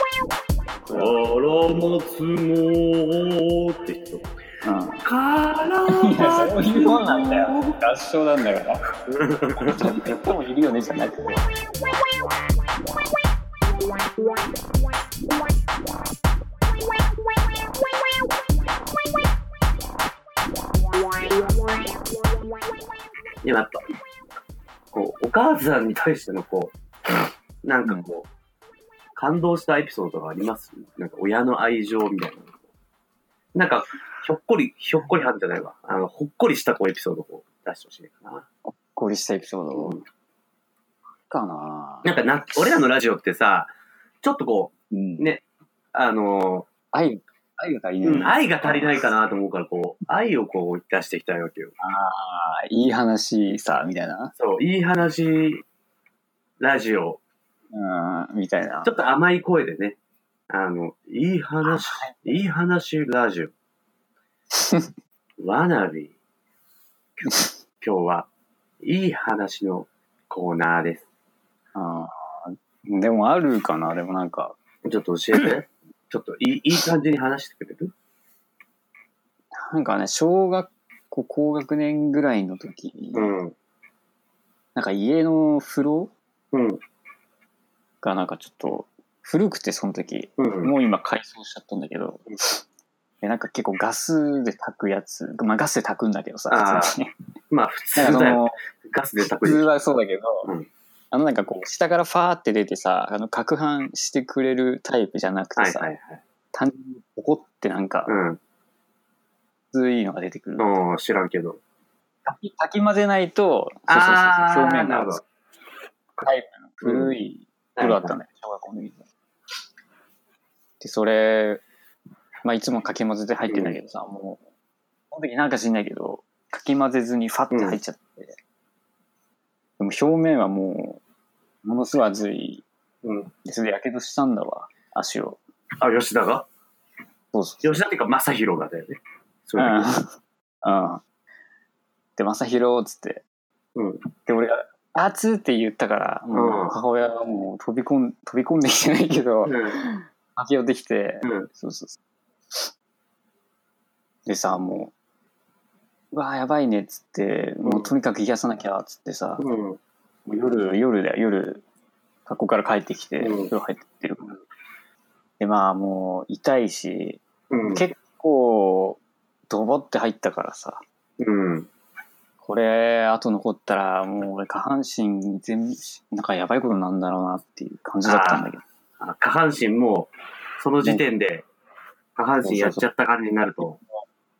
らまつもから。うん。ーって人。からいや、そういうもんなんだよ。合唱なんだから。ちょっと人もいるよね、じゃなくて。でもやっぱ、こう、お母さんに対してのこう、なんかこう、感動したエピソードがありますなんか親の愛情みたいな。なんか、ひょっこり、ひょっこりはんじゃないわ。あの、ほっこりしたこうエピソードをこう出してほしいかな。ゴリしたエピソードかななんかな、俺らのラジオってさ、ちょっとこうんねう、あの愛、愛が足ーりない。うん愛が足りないかなと思うから、こう、愛をこう出していきたいわけよ。あいい話さ、みたいな。そう、いい話、ラジオ、うん、みたいなちょ。っと甘い声でね、あの、いい話、いい話ラ ジオ。わなび。今日は、いい話のコーナーです。あーでもあるかなでもなんか、ちょっと教え て。ちょっといい、いい感じに話してくれるなんかね、小学校高学年ぐらいの時に、ん。なんか家の風呂うん。がなんかちょっと古くてその時、うん。もう今改装しちゃったんだけど、でなんか結構ガスで炊くやつ、まあガスで炊くんだけどさ、あー普通にねまあ、普通なんかそだよ。の、 ガスで炊普く通でしょはそうだけど、うんあのなんかこう下からファーって出てさあの攪拌してくれるタイプじゃなくはていさ、はいはい。単純にボコってなんか熱いのが出てくる、うん。うん、知らんけど。炊き炊き混ぜないとそうそうあそーう表面なるほがどタイプの古い風呂だったんだよ、小学校の時でそれ、まあ、いつもかき混ぜて入ってんだけどさ、もうその時なんか知んないけどかき混ぜずにファって入っちゃって、でも表面はもうものすごい熱いうん。で、それでやけどしたんだわ、足を。あ、吉田がそうそう吉田っていうか、正宏がだよね。そうん。の時うん。で、まさひろ、つって。うん。で、俺が、あつって言ったから、もううん母親がもう飛び込ん、飛び込んできてないけど、うん。駆け寄ってきて、うんそうそうそう。でさ、もう、うわーやばいね、つって、もうとにかく癒さなきゃ、つってさ、うん。もう夜、夜だよ、夜、学校から帰ってきて、うん夜入ってるから。で、まあもう、痛いし、うん。結構ドボって入ったからさうん。これあと残ったらもう俺下半身全部なんかやばいことなんだろうなっていう感じだったんだけどあ下半身も、その時点で、下半身やっちゃった感じになると。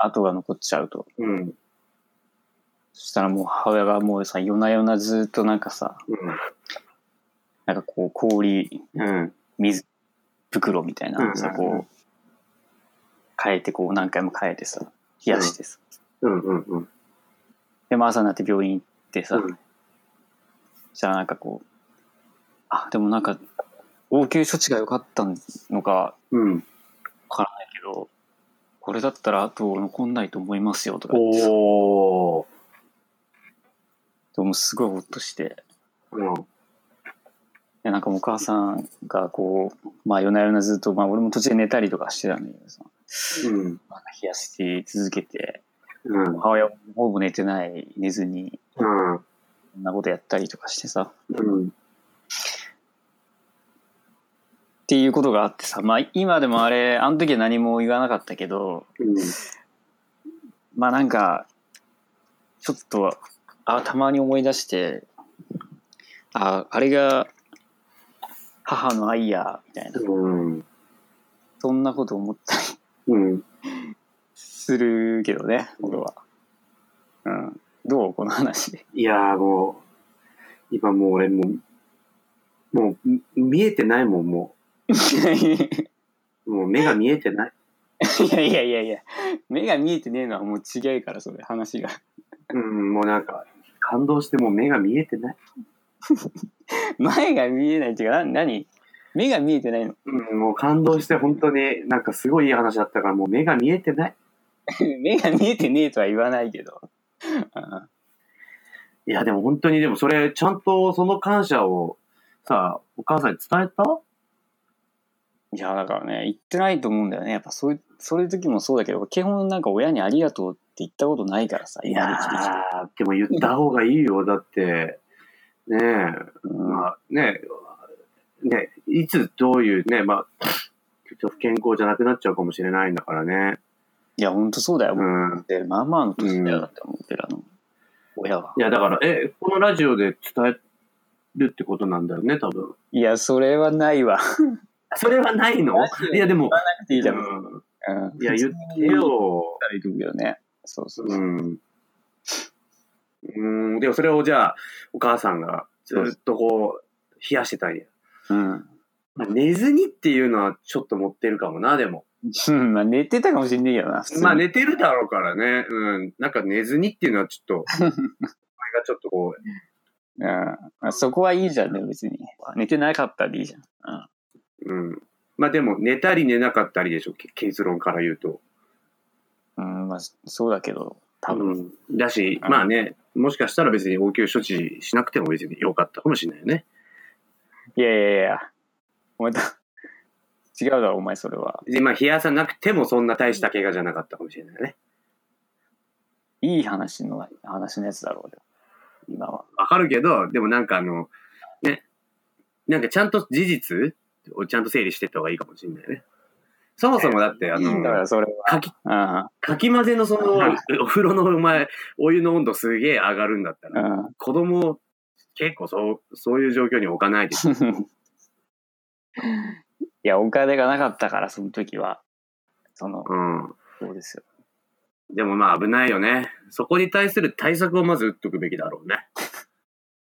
跡が残っちゃうとうん。うん。そしたらもう母親がもうさ夜な夜なずっとなんかさなんかこう氷うん。水袋みたいなのさうんうんうんこう変えてこう何回も変えてさ冷やしてさうん。うん。うん。でも朝になって病院行ってさ、うんじゃあなんかこうあでもなんか応急処置が良かったのかうん。けど、これだったら後を残んないと思いますよとか、でおー。もすごいほっとして、うん。でなんかもうお母さんがこう、まあ夜な夜なずっと、まあ俺も途中で寝たりとかしてたんだけどさ、うん。まあ冷やして続けて、うん。母親もほぼ寝てない、寝ずに、うん。こんなことやったりとかしてさ、うん。っていうことがあってさ、まあ今でもあれ、あの時は何も言わなかったけど、まあなんか、ちょっと、あ、たまに思い出して、あ、あれが、母の愛や、みたいな。うん。そんなこと思ったりうん。するけどね、俺は。うん。どうこの話。いやーもう、今もう俺もう、もう、み見えてないもん、も。いうもう目が見えてない。やいやいやいや、目が見えてねえのはもう違いから、それ、話が。 うん、もうなんか、感動してもう目が見えてない。前が見えないっていうか、な何目が見えてないの。 うん、もう感動して本当になんかすごいいい話だったから、もう目が見えてない。目が見えてねえとは言わないけど。うんいや、でも本当に、でもそれ、ちゃんとその感謝をさ、お母さんに伝えたいや、だからね、言ってないと思うんだよね。やっぱそういう、そういう時もそうだけど、基本なんか親にありがとうって言ったことないからさ、いや今で生きてきて。ー、でも言った方がいいよ。だって、ねえ、うんまあねえ、ねえ、いつどういうね、まあ、ちょっと不健康じゃなくなっちゃうかもしれないんだからね。いや、ほんとそうだよ。うん。で、まあまあの年だよ、だって思ってる、あの、親は。いや、だから、え、このラジオで伝えるってことなんだよね、多分。いや、それはないわ。それはないのいや、でも、いいじゃん。う。うんん、いや、言ってよ。たらいいと思うけどね。そうそううそう。ん。うん、でもそれをじゃあ、お母さんがずっとこう、冷やしてたんや。うん。まあ寝ずにっていうのはちょっと持ってるかもな、でも。うん、 まあ寝てたかもしんないけどな、普通にまあ寝てるだろうからね。うん。なんか寝ずにっていうのはち ょっと、これがちょっとこう、うん。まあそこはいいじゃんね、別に。寝てなかったらいいじゃん。うん。うん。まあでも、寝たり寝なかったりでしょ、け結論から言うと。うん、まあ、そうだけど、多多分。分。だし、うんまあね、もしかしたら別に応急処置しなくても別に良かったかもしれないよね。いやいやいや、お前だ、違うだろ、お前それは。で、まあ冷やさなくてもそんな大した怪我じゃなかったかもしれないよね。いい話の、話のやつだろうよ、今は。わかるけど、でもなんかあの、ね、なんかちゃんと事実をちゃんと整理していった方がいいかもしれないね。そもそもだって、あいいんだかの、ら、それかき、は。かき混ぜのそのうん、お風呂のお前、お湯の温度すげえ上がるんだったうら、ん。 子供を結構そう、そういう状況に置かないで。うん。いや、お金がなかったから、その時は。その、うん。そうですよ。でもまあ危ないよね。そこに対する対策をまず打っとくべきだろうね。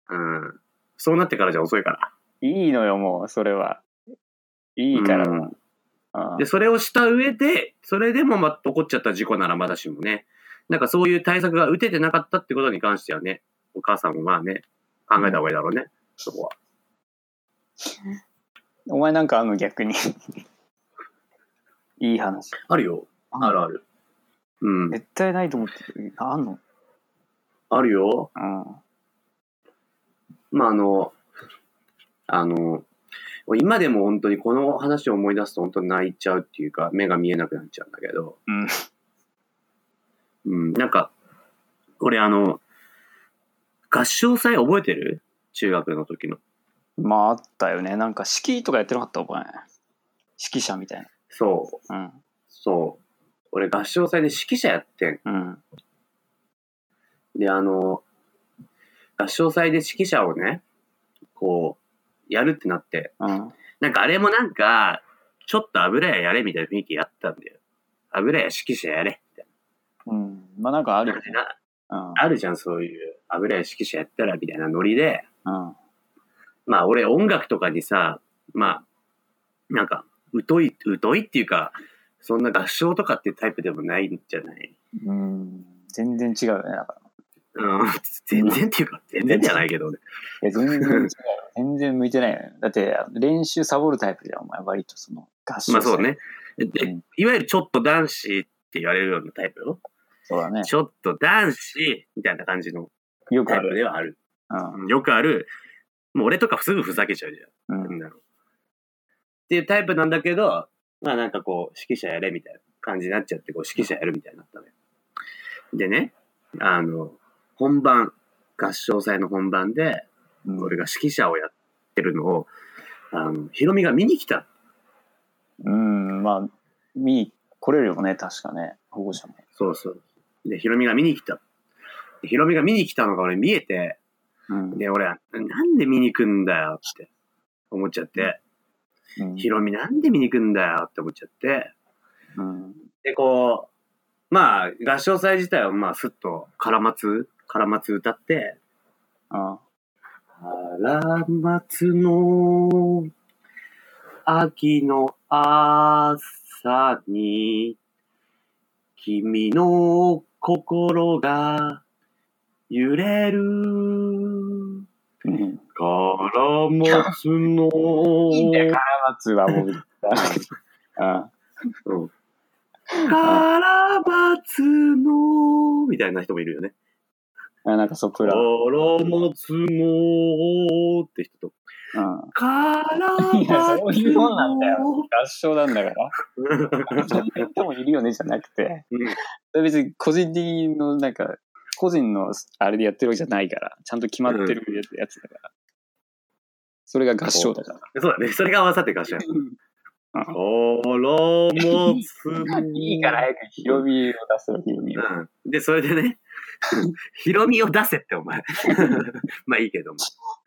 うん。そうなってからじゃ遅いかいいのよ、もう、それは。いいから、うんうんら。で、それをした上で、それでもまあ起こっちゃった事故ならまだしもね、なんかそういう対策が打ててなかったってことに関してはね、お母さんもまあね、考えた方がいいだろうね、そこは。お前なんかあんの、逆に。 いい話。あるよ。あるある。うん。絶対ないと思ってる。ああんのあるよ。うん。まああの、あの、今でも本当にこの話を思い出すと本当に泣いちゃうっていうか、目が見えなくなっちゃうんだけど、うんうんなんか、俺あの、合唱祭覚えてる中学の時の。まああったよね。なんか指揮とかやってなかったお前。指揮者みたいそう、な。そう。俺合唱祭で指揮者やってん。うん。うん。で、あの、合唱祭で指揮者をね、こう、やるってなって、うん。なんかあれもなんか、ちょっと油屋やれみたいな雰囲気やったんだよ。油屋指揮者やれみたいうん。まあなんかあるなよ感じ。ねな。うん。あるじゃん、そういう油屋指揮者やったらみたいなノリで、うん。まあ俺音楽とかにさ、まあ、なんか、疎い、疎いっていうか、そんな合唱とかってタイプでもないんじゃないうん。全然違うよね。だから。うん、全然っていうか、全然じゃないけどね。いや、全然違うよ。 全然向いてないよね。だって、練習サボるタイプじゃん、お前。割とその、合唱。まあそう。ね。うでん、いわゆるちょっと男子って言われるようなタイプよ。そうだね。ちょっと男子みたいな感じのよくタあイプる。ではある。うん。うんよくある。もう俺とかすぐふざけちゃうじゃん。うんな。んだろう。っていうタイプなんだけど、まあなんかこう、指揮者やれみたいな感じになっちゃって、こう、指揮者やるみたいになったのよ。でね、あの、本番、合唱祭の本番で、うん俺が指揮者をやってるのを、あの、ヒロミが見に来た。うん。まあ、見に来れるよね、確かね。保護者も。そうそう。で、ヒロミが見に来た。でヒロミが見に来たのが俺見えて、うん。で、俺は、なんで見に来んだよって思っちゃって、うんヒロミなんで見に来んだよって思っちゃって、うん。で、こう、まあ、合唱祭自体は、まあ、すっと、カラマツ、カラマツ歌って、あカラマツの、秋の朝に、君の心が揺れる。うん。カラマツの、いいんだよ、カラマツはもう。うん。うんカラマツの、みたいな人もいるよね。あなんかソプカラ。ラマツのーって人と、うからん。いや、そういうもんなんだよ。合唱なんだから。うんそういう人もいるよねじゃなくてうん、それ別に個人的のなんか、個人のあれでやってるわけじゃないから、ちゃんと決まってるやつだから。それが合唱だから。そうだね。それが合わさって合唱。うん衣もついいから早くヒロミを出すよ、ヒロミを。うん。で、それでね、 ヒロミを出せって、お前。 まあいいけども。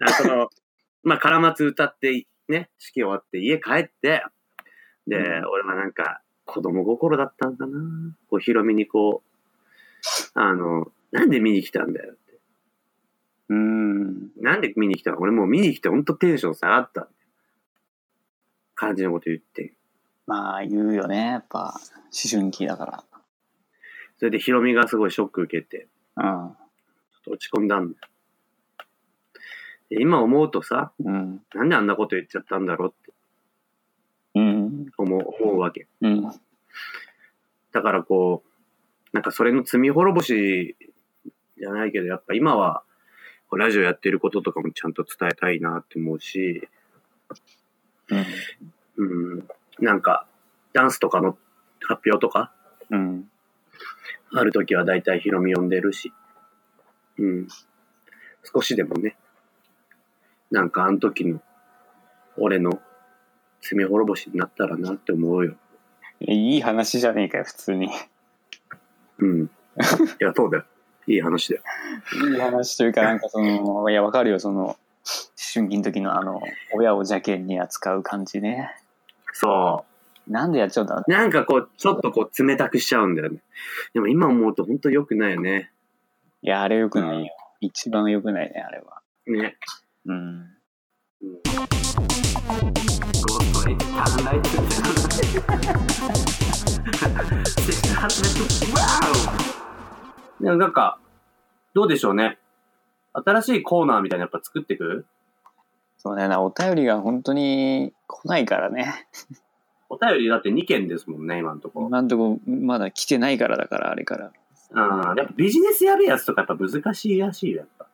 あその、まあ、カラマツ歌って、ね、式終わって家帰って、で、うん俺はなんか、子供心だったんだなこう、ヒロミにこう、あの、なんで見に来たんだよって。うん。なんで見に来たの俺もう見に来てほんとテンション下がった。感じのこと言って。まあ、言うよね、やっぱ、思春期だかそれでヒロミがすごいショック受けて、ら。落ち込んだんだよ。で今思うとさ、うん。なんであんなこと言っちゃったんだろうってうん。思う思うわけ。うん。だからこう、なんかそれの罪滅ぼしじゃないけど、やっぱ今は、こうラジオやってることとかもちゃんと伝えたいなって思うし、うん。うん、なんか、ダンスとかの発表とか、うん。ある時は大体ヒロミ呼んでるし、うん。少しでもね、なんかあの時の、俺の罪滅ぼしになったらなって思うよ。いい話じゃねえかよ、普通に。い うん。いや、そうだよ。いい話だよ。い話というか、なんかその、いや、わかるよ、その、思春期の時のあの、親を邪険に扱う感じね。そなんでやっちゃうんだろうう。なんかこう、ちょっとこう、冷たくしちゃうんだよね。でも今思うと本当良くないよね。いや、あれ良くないよ。一番良くないね、あれは。ね。うん。うん でもなんか、どうでしょうね。新しいコーナーみたいなのやっぱ作ってくそうだよな、お便りが本当に来ないからね。お便りだって2件ですもんね、今のところ。今んとこまだ来てないからだから、あれから。うん。やっぱビジネスやべえやつとかやっぱ難しいらしいよ、やっぱ。だか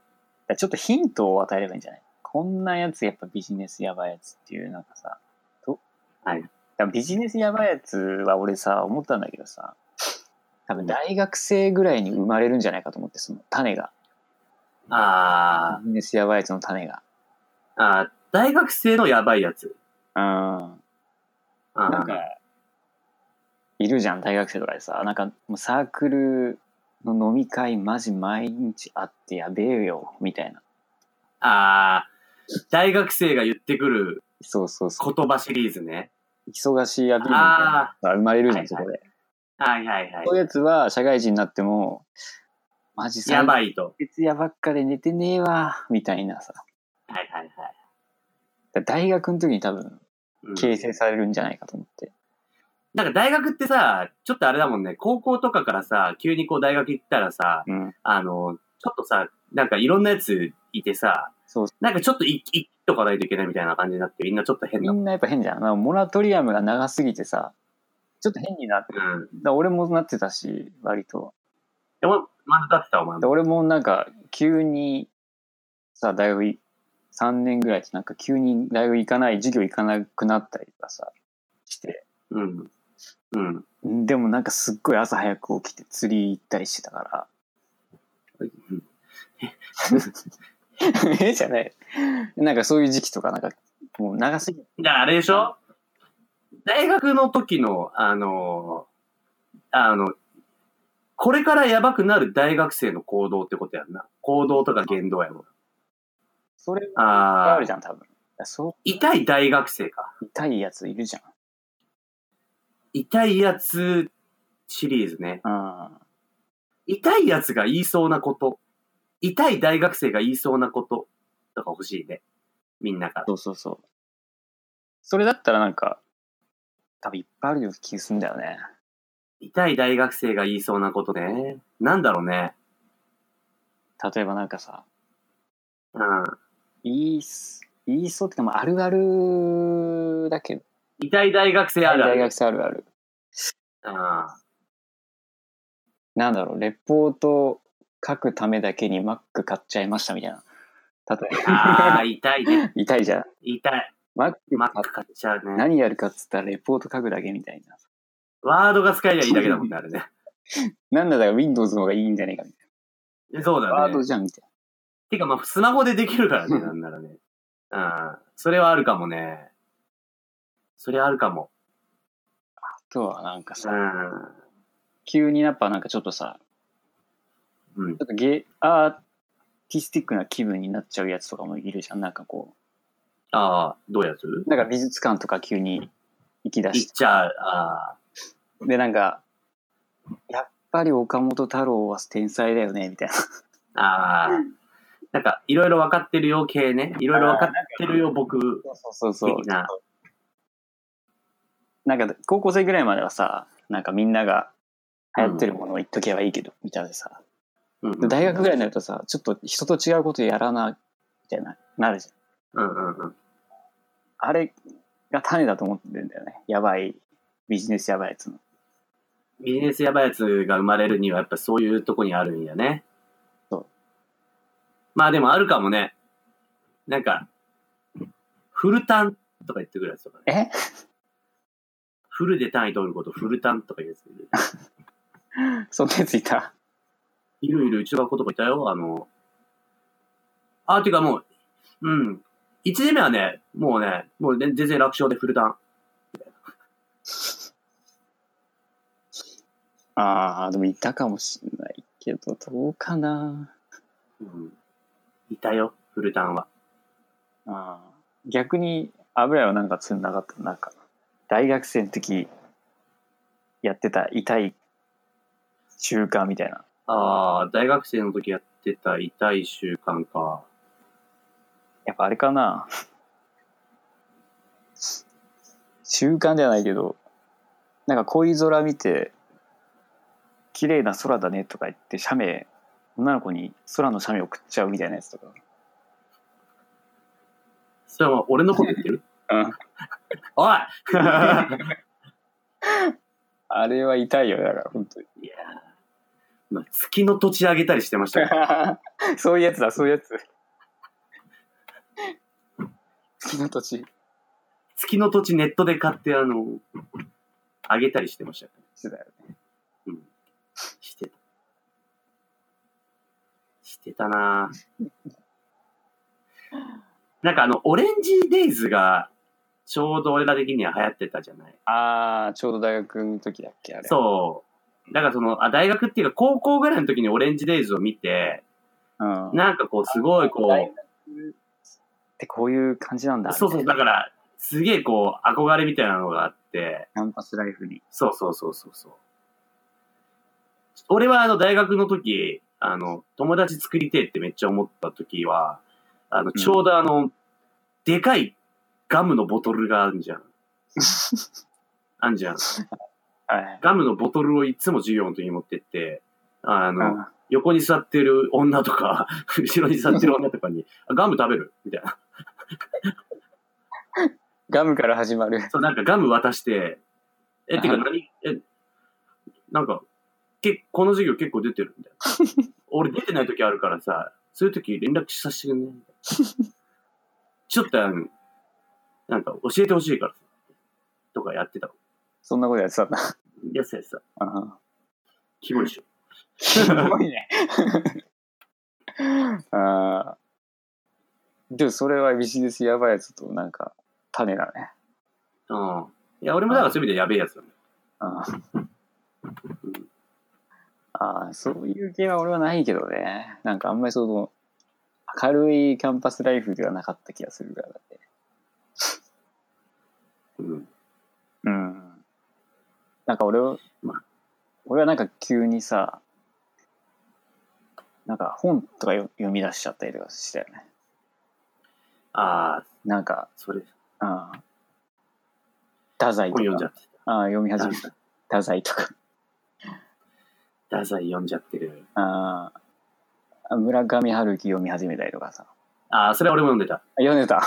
らちょっとヒントを与えればいいんじゃないこんなやつやっぱビジネスやばいやつっていうなんかさ、とはいだからビジネスやばいやつは俺さ、思ったんだけどさ、多分大学生ぐらいに生まれるんじゃないかと思って、その種が。あビジネスやばいやつの種が。ー、あー大学生のやばいやつ。うん。あーなんか、いるじゃん、大学生とかでさ、なんかもうサークルの飲み会マジ毎日あってやべえよ、みたいな。あー、大学生が言ってくるそうそうそう。言葉シリーズね。忙しいアピールみたいなのが生まれるじゃあん、ーそこで。はいはいはそういうい。やつは社会人になっても、マジやい。ばいと。徹夜ばっかで寝てねえわ、みたいなさ。はいはいはい。だから大学の時に多分うん形成されるんじゃないかと思って。なんか大学ってさ、ちょっとあれだもんね、高校とかからさ、急にこう大学行ったらさ、うん。あの、ちょっとさ、なんかいろんなやついてさ、そうなんかちょっといいっとかないといけないみたいな感じになって、みんなちょっと変みな。うん。んなやっぱ変じゃん。なんかモラトリアムが長すぎてさ、ちょっと変になって、だから俺もなってたし、割と。でも、まだだってたお前でも。俺もなんか急にさ、大学い3年ぐらいってなんか急に大学行かない、授業行かなくなったりとかさ、して。うん。うん。でもなんかすっごい朝早く起きて釣り行ったりしてたから。 えじゃない。なんかそういう時期とか、なんか、もう長すぎて。じゃああれでしょ大学の時の、あのあの、これからやばくなる大学生の行動ってことやんな。行動とか言動やもん。それがあああるじ、ゃん、多分。そ痛い大学生か。う、痛いやついるじゃ痛いやつシリーズね。ん。うん。痛いやつが言いそうなこと。痛い大学生が言いそうなこと。とか欲しいね。みんなから。そうそうそう。それだったらなんか、多分いっぱいあるような気がするんだよね。痛い大学生が言いそうなことね。なんだろうね。例えばなんかさ、うん。言いす、言いそうってか、まあ、あるあるだけど。痛い大学生あるあ大る。学生あるある。うんなんだろう、レポート書くためだけに Mac 買っちゃいましたみたいな。例えああ、ば。痛いね。痛いじゃん。痛い。マックマック買っちゃうね。何やるかっつったらレポート書くだけみたいな。ワードが使えりゃいいだけだもんね、あれ ね。なんだだから Windows の方がいいんじゃねえかみたいそうな。ワだーねド。じゃんみたいてか、まあ、スマホでできるからね、なんならね。うん。それはあるかもね。それはあるかも。な。あとはなんかうさ、ん。急にやっぱなんかちょっとさ、うんちょ。っとゲアーティスティックな気分になっちゃうやつとかもいるじゃん。なんかこああ、どうやつう、なんか美術館とか急に行き出いっしちゃう。ああ。て。で、なんか、やっぱり岡本太郎は天才だよね、みたいな。ああ。なんか、いろいろ分かってるよ、系ね。いろいろ分かってるよ、僕。そうそうそう。的ななんか、高校生ぐらいまではさ、なんかみんなが流行ってるものを言っとけばいいけど、みたいなさ。うんうんで大学ぐらいになるとさ、ちょっと人と違うことやらな、みたいな、なるじゃん。うんうんうん。あれが種だと思ってるんだよね。やばい、ビジネスやばいやつの。ビジネスやばいやつが生まれるには、やっぱそういうとこにあるんやね。そう。まあでもあるかもね。なんか、フルタンとか言ってくるやつとかね。えフルで単位取ること、フルタンとか言うやついる。そんなやついたいるいる、うちの学校とかいたよ。あの、あ、ていうかもう、うん。一年目はね、もうね、もうね全然楽勝でフルタン。ああ、でもいたかもしんないけど、どうかな。うん。いたよ、フルタンは。ああ逆に、油絵はなんか積んだかった。なんか、大学生の時、やってた痛い習慣みたいな。ああ、大学生の時やってた痛い習慣か。やっぱあれかな。習慣じゃないけど、なんか恋空見て、綺麗な空だねとか言って、写メ、女の子に空の写メ送っちゃうみたいなやつとか。それは俺のこと言って るおい あれは痛いよ、だから、本当に。いやーまあ、月の土地上げたりしてましたよ そういうやつだ、そういうやつ。月の土地月の土地ネットで買って、あの、上げたりしてましたよしてたよね。してた。してたなぁ なんかあの、オレンジデイズが、ちょうど俺ら的には流行ってたじゃない。ああ、ちょうど大学の時だっけ、あれ。そう。だからその、あ、大学っていうか、高校ぐらいの時にオレンジデイズを見て、う。うん。なんかこう、すごいこ大う学、ってこういう感じなんだ。そうそう、みただいなから、すげえこう、憧れみたいなのがあって、キャンパスライフ に。そうそうそうそうそう。俺はあの大学の時、あの、友達作りてえってめっちゃ思った時は、あの、うんちょうどあの、でかいガムのボトルがあるじゃん。あんじゃん。はい。ガムのボトルをいつも授業の時に持ってって、あの、うん横に座ってる女とか、 後ろに座ってる女とかに、あガム食べるみたいな。ガムから始まる。そう、なんかガム渡して、え、てかはい何、え、なんか、けこの授業結構出てるみたいな。 俺出てない時あるからさ、そういう時連絡させてく んね。ちょっとあの、なんか教えてほしいから。とかやってた。そんなことやってたんだ。やつやつさ、 うんキモいでしょ。すごいね。 ああ。でもそれはビジネスやばいやつとなんか種だね。うん。いや、俺もだからそういう意味ではやべえやつなんだよ。ああー、そういう系は俺はないけどね。なんかあんまりその、明るいキャンパスライフではなかった気がするからね。うん。うん。なんか俺はま、俺はなんか急にさ、なんか本とかよ読み出しちゃったりとかしたよね。ああ、なんか、それ、ああ、太宰と本か読んじゃってああ読み始めた。た。太宰とか。ダサい読んじゃってる。ああ、村上春樹読み始めたりとかさ。ああ、それは俺も読んでた。あ読んでた。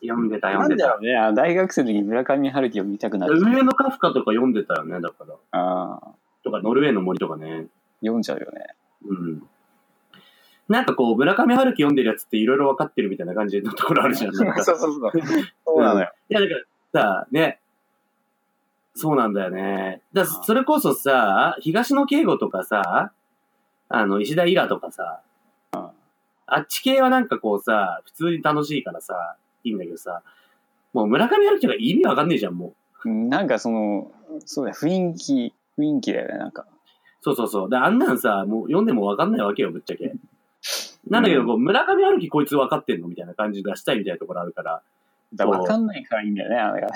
読んでた、読んでた。ろうね。あ大学生の時に村上春樹読みたくなる。上のカフカとか読んでたよね、だから。ああ、とか、ノルウェーの森とかね。読んじゃうよね。うん。なんかこう、村上春樹読んでるやつっていろいろ分かってるみたいな感じのところあるじ ゃん。なんか そうそうそう。そうなのよ。いや、だからさ、ね。そうなんだよね。だからうんそれこそさ、東野敬吾とかさ、あの、石田イラとかさ、あっち系はなんかこうさ、普通に楽しいからさ、いいんだけどさ、もう村上春樹が意味わかんねえじゃん、もう。なんかその、そうだよ、雰囲気、雰囲気だよね、なんか。そうそうそう。で、あんなんさ、もう読んでもわかんないわけよ、ぶっちゃけ。なんだけど、こう、村上春樹こいつわかってんのみたいな感じ出したいみたいなところあるから。だから分かんないからいいんだよね、あれがね。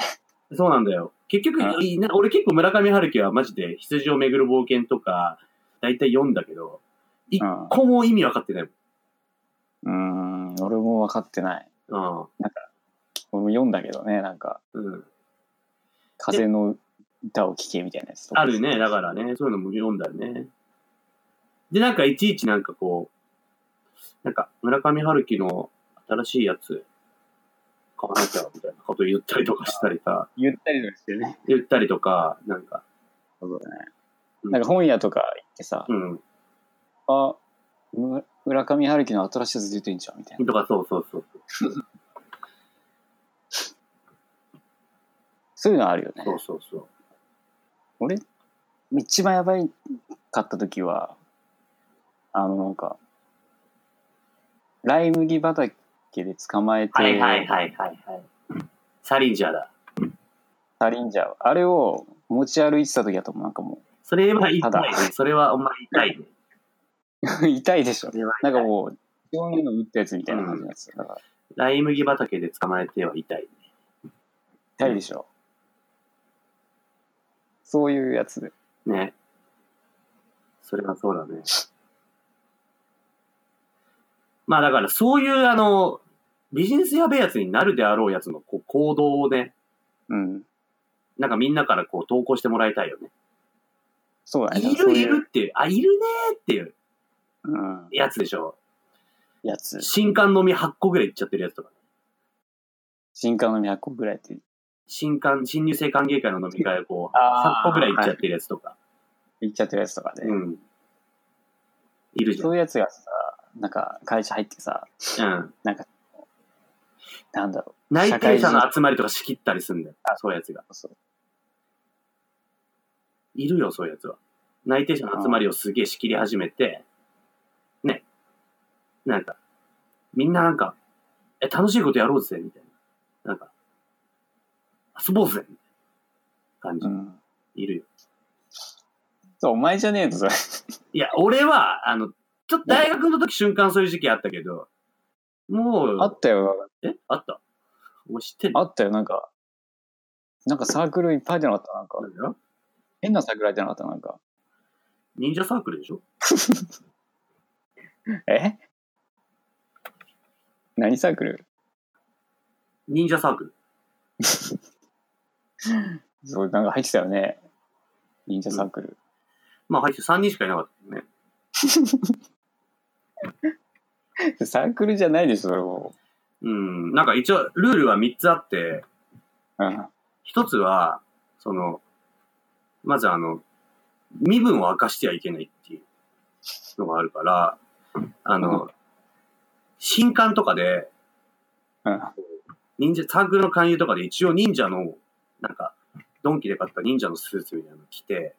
そうなんだよ。結局、うんいな俺結構村上春樹はマジで羊をめぐる冒険とか、だいたい読んだけど、一個も意味わかってないうん、うーん俺も分かってない。もん。俺も読んだけどね、なんか、うん。うん。風の歌を聴けみたいなやつとか。あるね、だからね、そういうのも読んだよね。で、なんかいちいちなんかこう、なんか村上春樹の新しいやつ、買わなきゃ、みたいなこと言ったりとかしたりさ、ゆったりとしてね。言ったりとか、なんか、そうだね。なんか本屋とか行ってさ、うん。あ、む村上春樹の新しいやつ出てんじゃん、みたいな。とか、そうそうそう。そういうのあるよね。そうそうそう。俺、一番やばいかった時は、あの、なんか、ライ麦畑で捕まえて、はいはいはいはいはい。サリンジャーだ。サリンジャーを、あれを持ち歩いてた時だともうなんかもそれは痛いただね。それはお前痛いね。う、 痛いでしょそ。れは痛ないんかもう、そういうの打ったやつみたいな感じのやつ。だから、ライ麦畑で捕まえては痛いね。痛いでしょ。そういうやつで。ね。それはそうだね。まあだからそういうあの、ビジネスやべえやつになるであろうやつのこう行動をね、うん。なんかみんなからこう投稿してもらいたいよね。そうだね。いそうるいいうるっていう、あ、いるねーっていううん。やつでしょ。やつ。新刊飲み8個ぐらいいっちゃってるやつとか。新刊の200個ぐらいって。新刊、新入生歓迎会の飲み会をこう、あ8ー個ぐらい行っちゃってるやつとか。言っちゃってるやつとかで。うん。いるじゃそん。ういうやつがさ、なんか会社入ってさ、うん。なんだろ内定者の集まりとか仕切ったりすんだよ。そういうやつが。う。そういるよ、そういうやつは。内定者の集まりをすげえ仕切り始めて、ね。なんか、みんななんか、え、楽しいことやろうぜ、みたいな。なんか、遊ぼうぜ、みたいな感じう。ん。いるよ。そう、お前じゃねえとさ、いや、俺は、あの、ちょっと大学の時瞬間そういう時期あったけど、もう、あったよ、えあったお前知ってんのあったよ、なんか、なんかサークルいっぱい入ってなかった、なんか。なんだよ変なサークル入ってなかった、なんか。忍者サークルでしょえ何サークル忍者サークル。そう、なんか入ってたよね。忍者サークル。まあ、配信3人しかいなかったけどね。サークルじゃないでしょ、それも。うん。なんか一応、ルールは3つあって、うん。 1つは、その、まずあの、身分を明かしてはいけないっていうのがあるから、あの、新刊とかで、うん。忍者、サークルの勧誘とかで一応忍者の、なんか、ドンキで買った忍者のスーツみたいなの着て、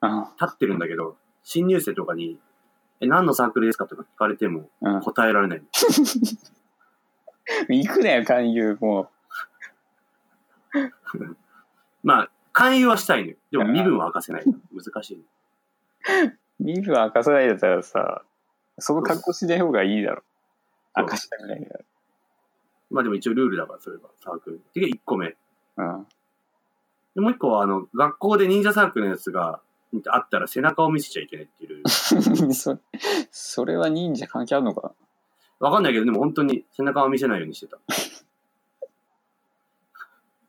うん立ってるんだけど、新入生とかに、え、何のサークルですかとか聞かれてもうん。答えられない。行くなよ、勧誘、もまあ、勧誘はしたいのよ。でも身分は明かせない。難しい。う。身分明かさないだったらさ、その格好しない方がいいだろ。明かしたくないかまあでも一応ルールだから、それはサークル。っていう1個目。ら。うん。で、もう1個は、あの、学校で忍者サークルのやつが、あったら背中を見せちゃいけないっていうルール。 そそれは忍者関係あるのかわかんないけど、でも本当に背中を見せないようにしてた。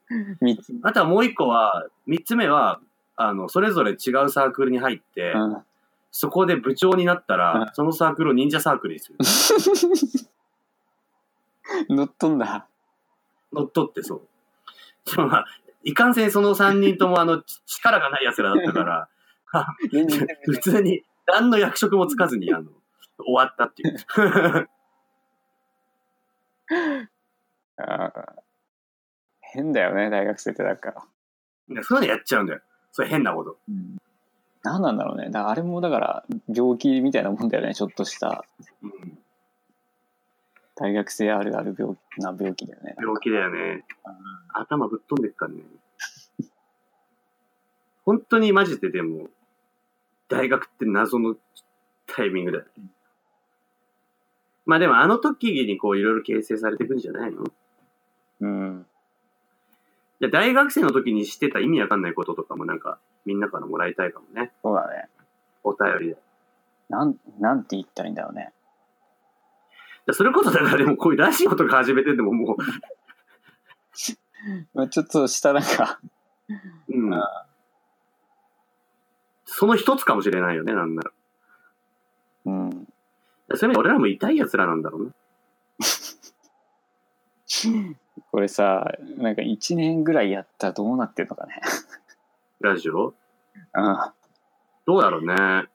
なみあとはもう1個は、3つ目は、あの、それぞれ違うサークルに入って、うんそこで部長になったうんら、そのサークルを忍者サークルにする。乗っとんだ。乗っ取ってそう。でもまあ、いかんせんその3人ともあの、ち力がない奴らだったから、普通に何の役職もつかずに、あの、終わったっていう。あー変だよね、大学生ってなんか。なんかそういうのやっちゃうんだよ。そういう変なこと。何なんだろうね。だからあれもだから病気みたいなもんだよね。ちょっとしたうん、大学生あるある病気な病気だよね。病気だよね。頭ぶっ飛んでっからね。本当にマジででも、大学って謎のタイミングだよね。まあでもあの時にこういろいろ形成されていくんじゃないのいうん。や大学生の時にしてた意味わかんないこととかもなんかみんなからもらいたいかもね。そうだね。お便りで。なん、なんて言ったらいいんだろうね。でそれこそだからでもこういうラジオとか始めてでももまあちょっとしたなんか、う、うん。その一つかもしれないよね、なんなら。うん。そういう意味で俺らも痛い奴らなんだろうね。これさ、なんか1年ぐらいやったらどうなってるのかね。ラジオうん。どうだろうね。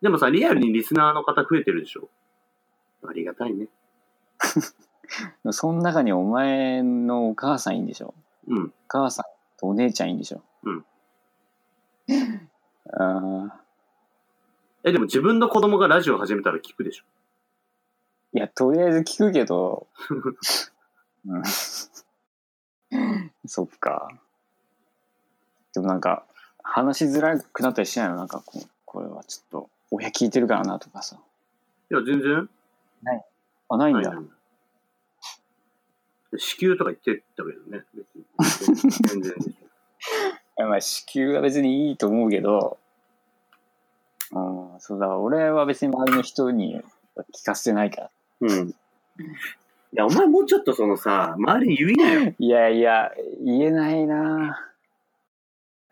でもさ、リアルにリスナーの方増えてるでしょありがたいね。その中にお前のお母さんいいんでしょうん。お母さんとお姉ちゃんいいんでしょうん。ああ。え、でも自分の子供がラジオ始めたら聞くでしょいや、とりあえず聞く けど、うん、そっか。でもなんか、話しづらくなったりしないのなんかこう、これはちょっと、親聞いてるからなとかさ。いや、全然。あ、ないんないだ。ない子宮とか言ってたけどね。別に。全 然。いやまあ、子宮は別にいいと思うけど、うん、そうだ、俺は別に周りの人には聞かせてないから。うん。いや、お前もうちょっとそのさ、周りに言いなよ。いやいや、言えないな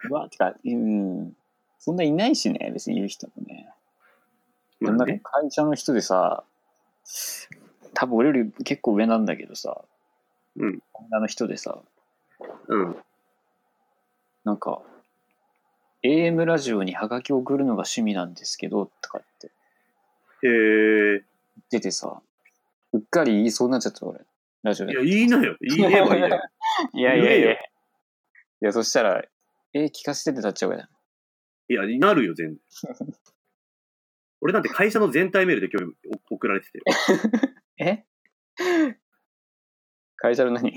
うわ、てか、うん、そんないないしね、別に言う人もね。でも なんか会社の人でさ、多分俺より結構上なんだけどさ、うん女の人でさ、うん。なんか、AM ラジオにハガキを送るのが趣味なんですけど、とかってへえ。言っててさ、うっかり言いそうになっちゃった俺、ラジオでい。や、言いなよ。言えばいいよ。 いやいやい言えや。よいや、そしたら、え聞かせてってなっちゃうから。いや、なるよ、全然。俺なんて会社の全体メールで今日お送られてて。え 会社の何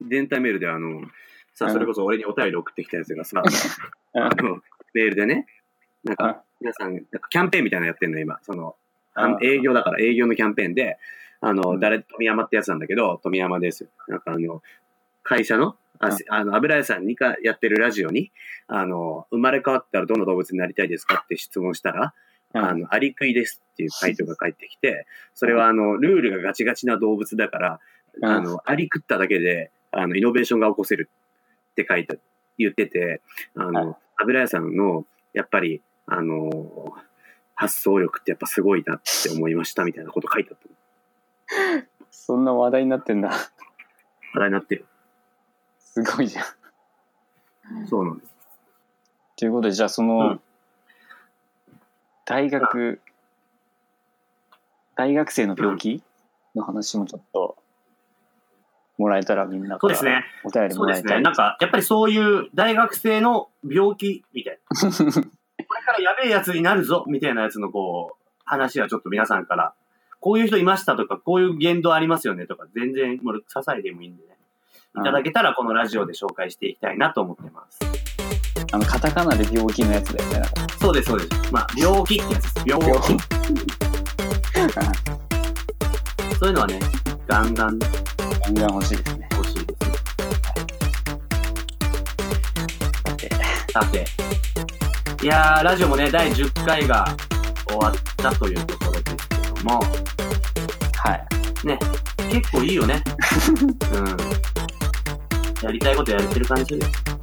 全体メールであの、さうあ、んそれこそ俺にお便り送ってきたやつがさ、うんあの、メールでね、なんうんか、皆さん、なんかキャンペーンみたいなのやってんの、今。その、あうん営業だから、営業のキャンペーンで、あうんの、誰、富山ってやつなんだけど、富山です。なんかあの、会社の、うあんせあの、油屋さんにかやってるラジオに、あの、生まれ変わったらどの動物になりたいですかって質問したら、あの、アリクイですっていう回答が返ってきて、それはあの、ルールがガチガチな動物だから、うんあの、アリ食っただけで、あの、イノベーションが起こせるって書いて、言ってて、あはいの、油屋さんの、やっぱり、あの、発想力ってやっぱすごいなって思いましたみたいなこと書いてあった。そんな話題になってんだ。 話題になってる。すごいじゃん。そうなんです。ということで、じゃあその、うん大学、大学生の病気の話もちょっと、もらえたらみんなからそうですねお便りもらいたい。か、やっぱりそういう大学生の病気みたいな。 これからやべえやつになるぞみたいなやつのこう、話はちょっと皆さんから、こういう人いましたとか、こういう言動ありますよねとか、全然、もう、些細でもいいんでね。いただけたらこのラジオで紹介していきたいなと思ってます。あの、カタカナで病気のやつだよね。そうです、そうです。まあ、病気ってやつです。病病気。そういうのはね、ガンガン気が欲しいですね。欲しいですね。だってさて。いやー、ラジオもね、第10回が終わったというところですけども、はい。結構いいよね。うん。やりたいことやれてる感じするよ。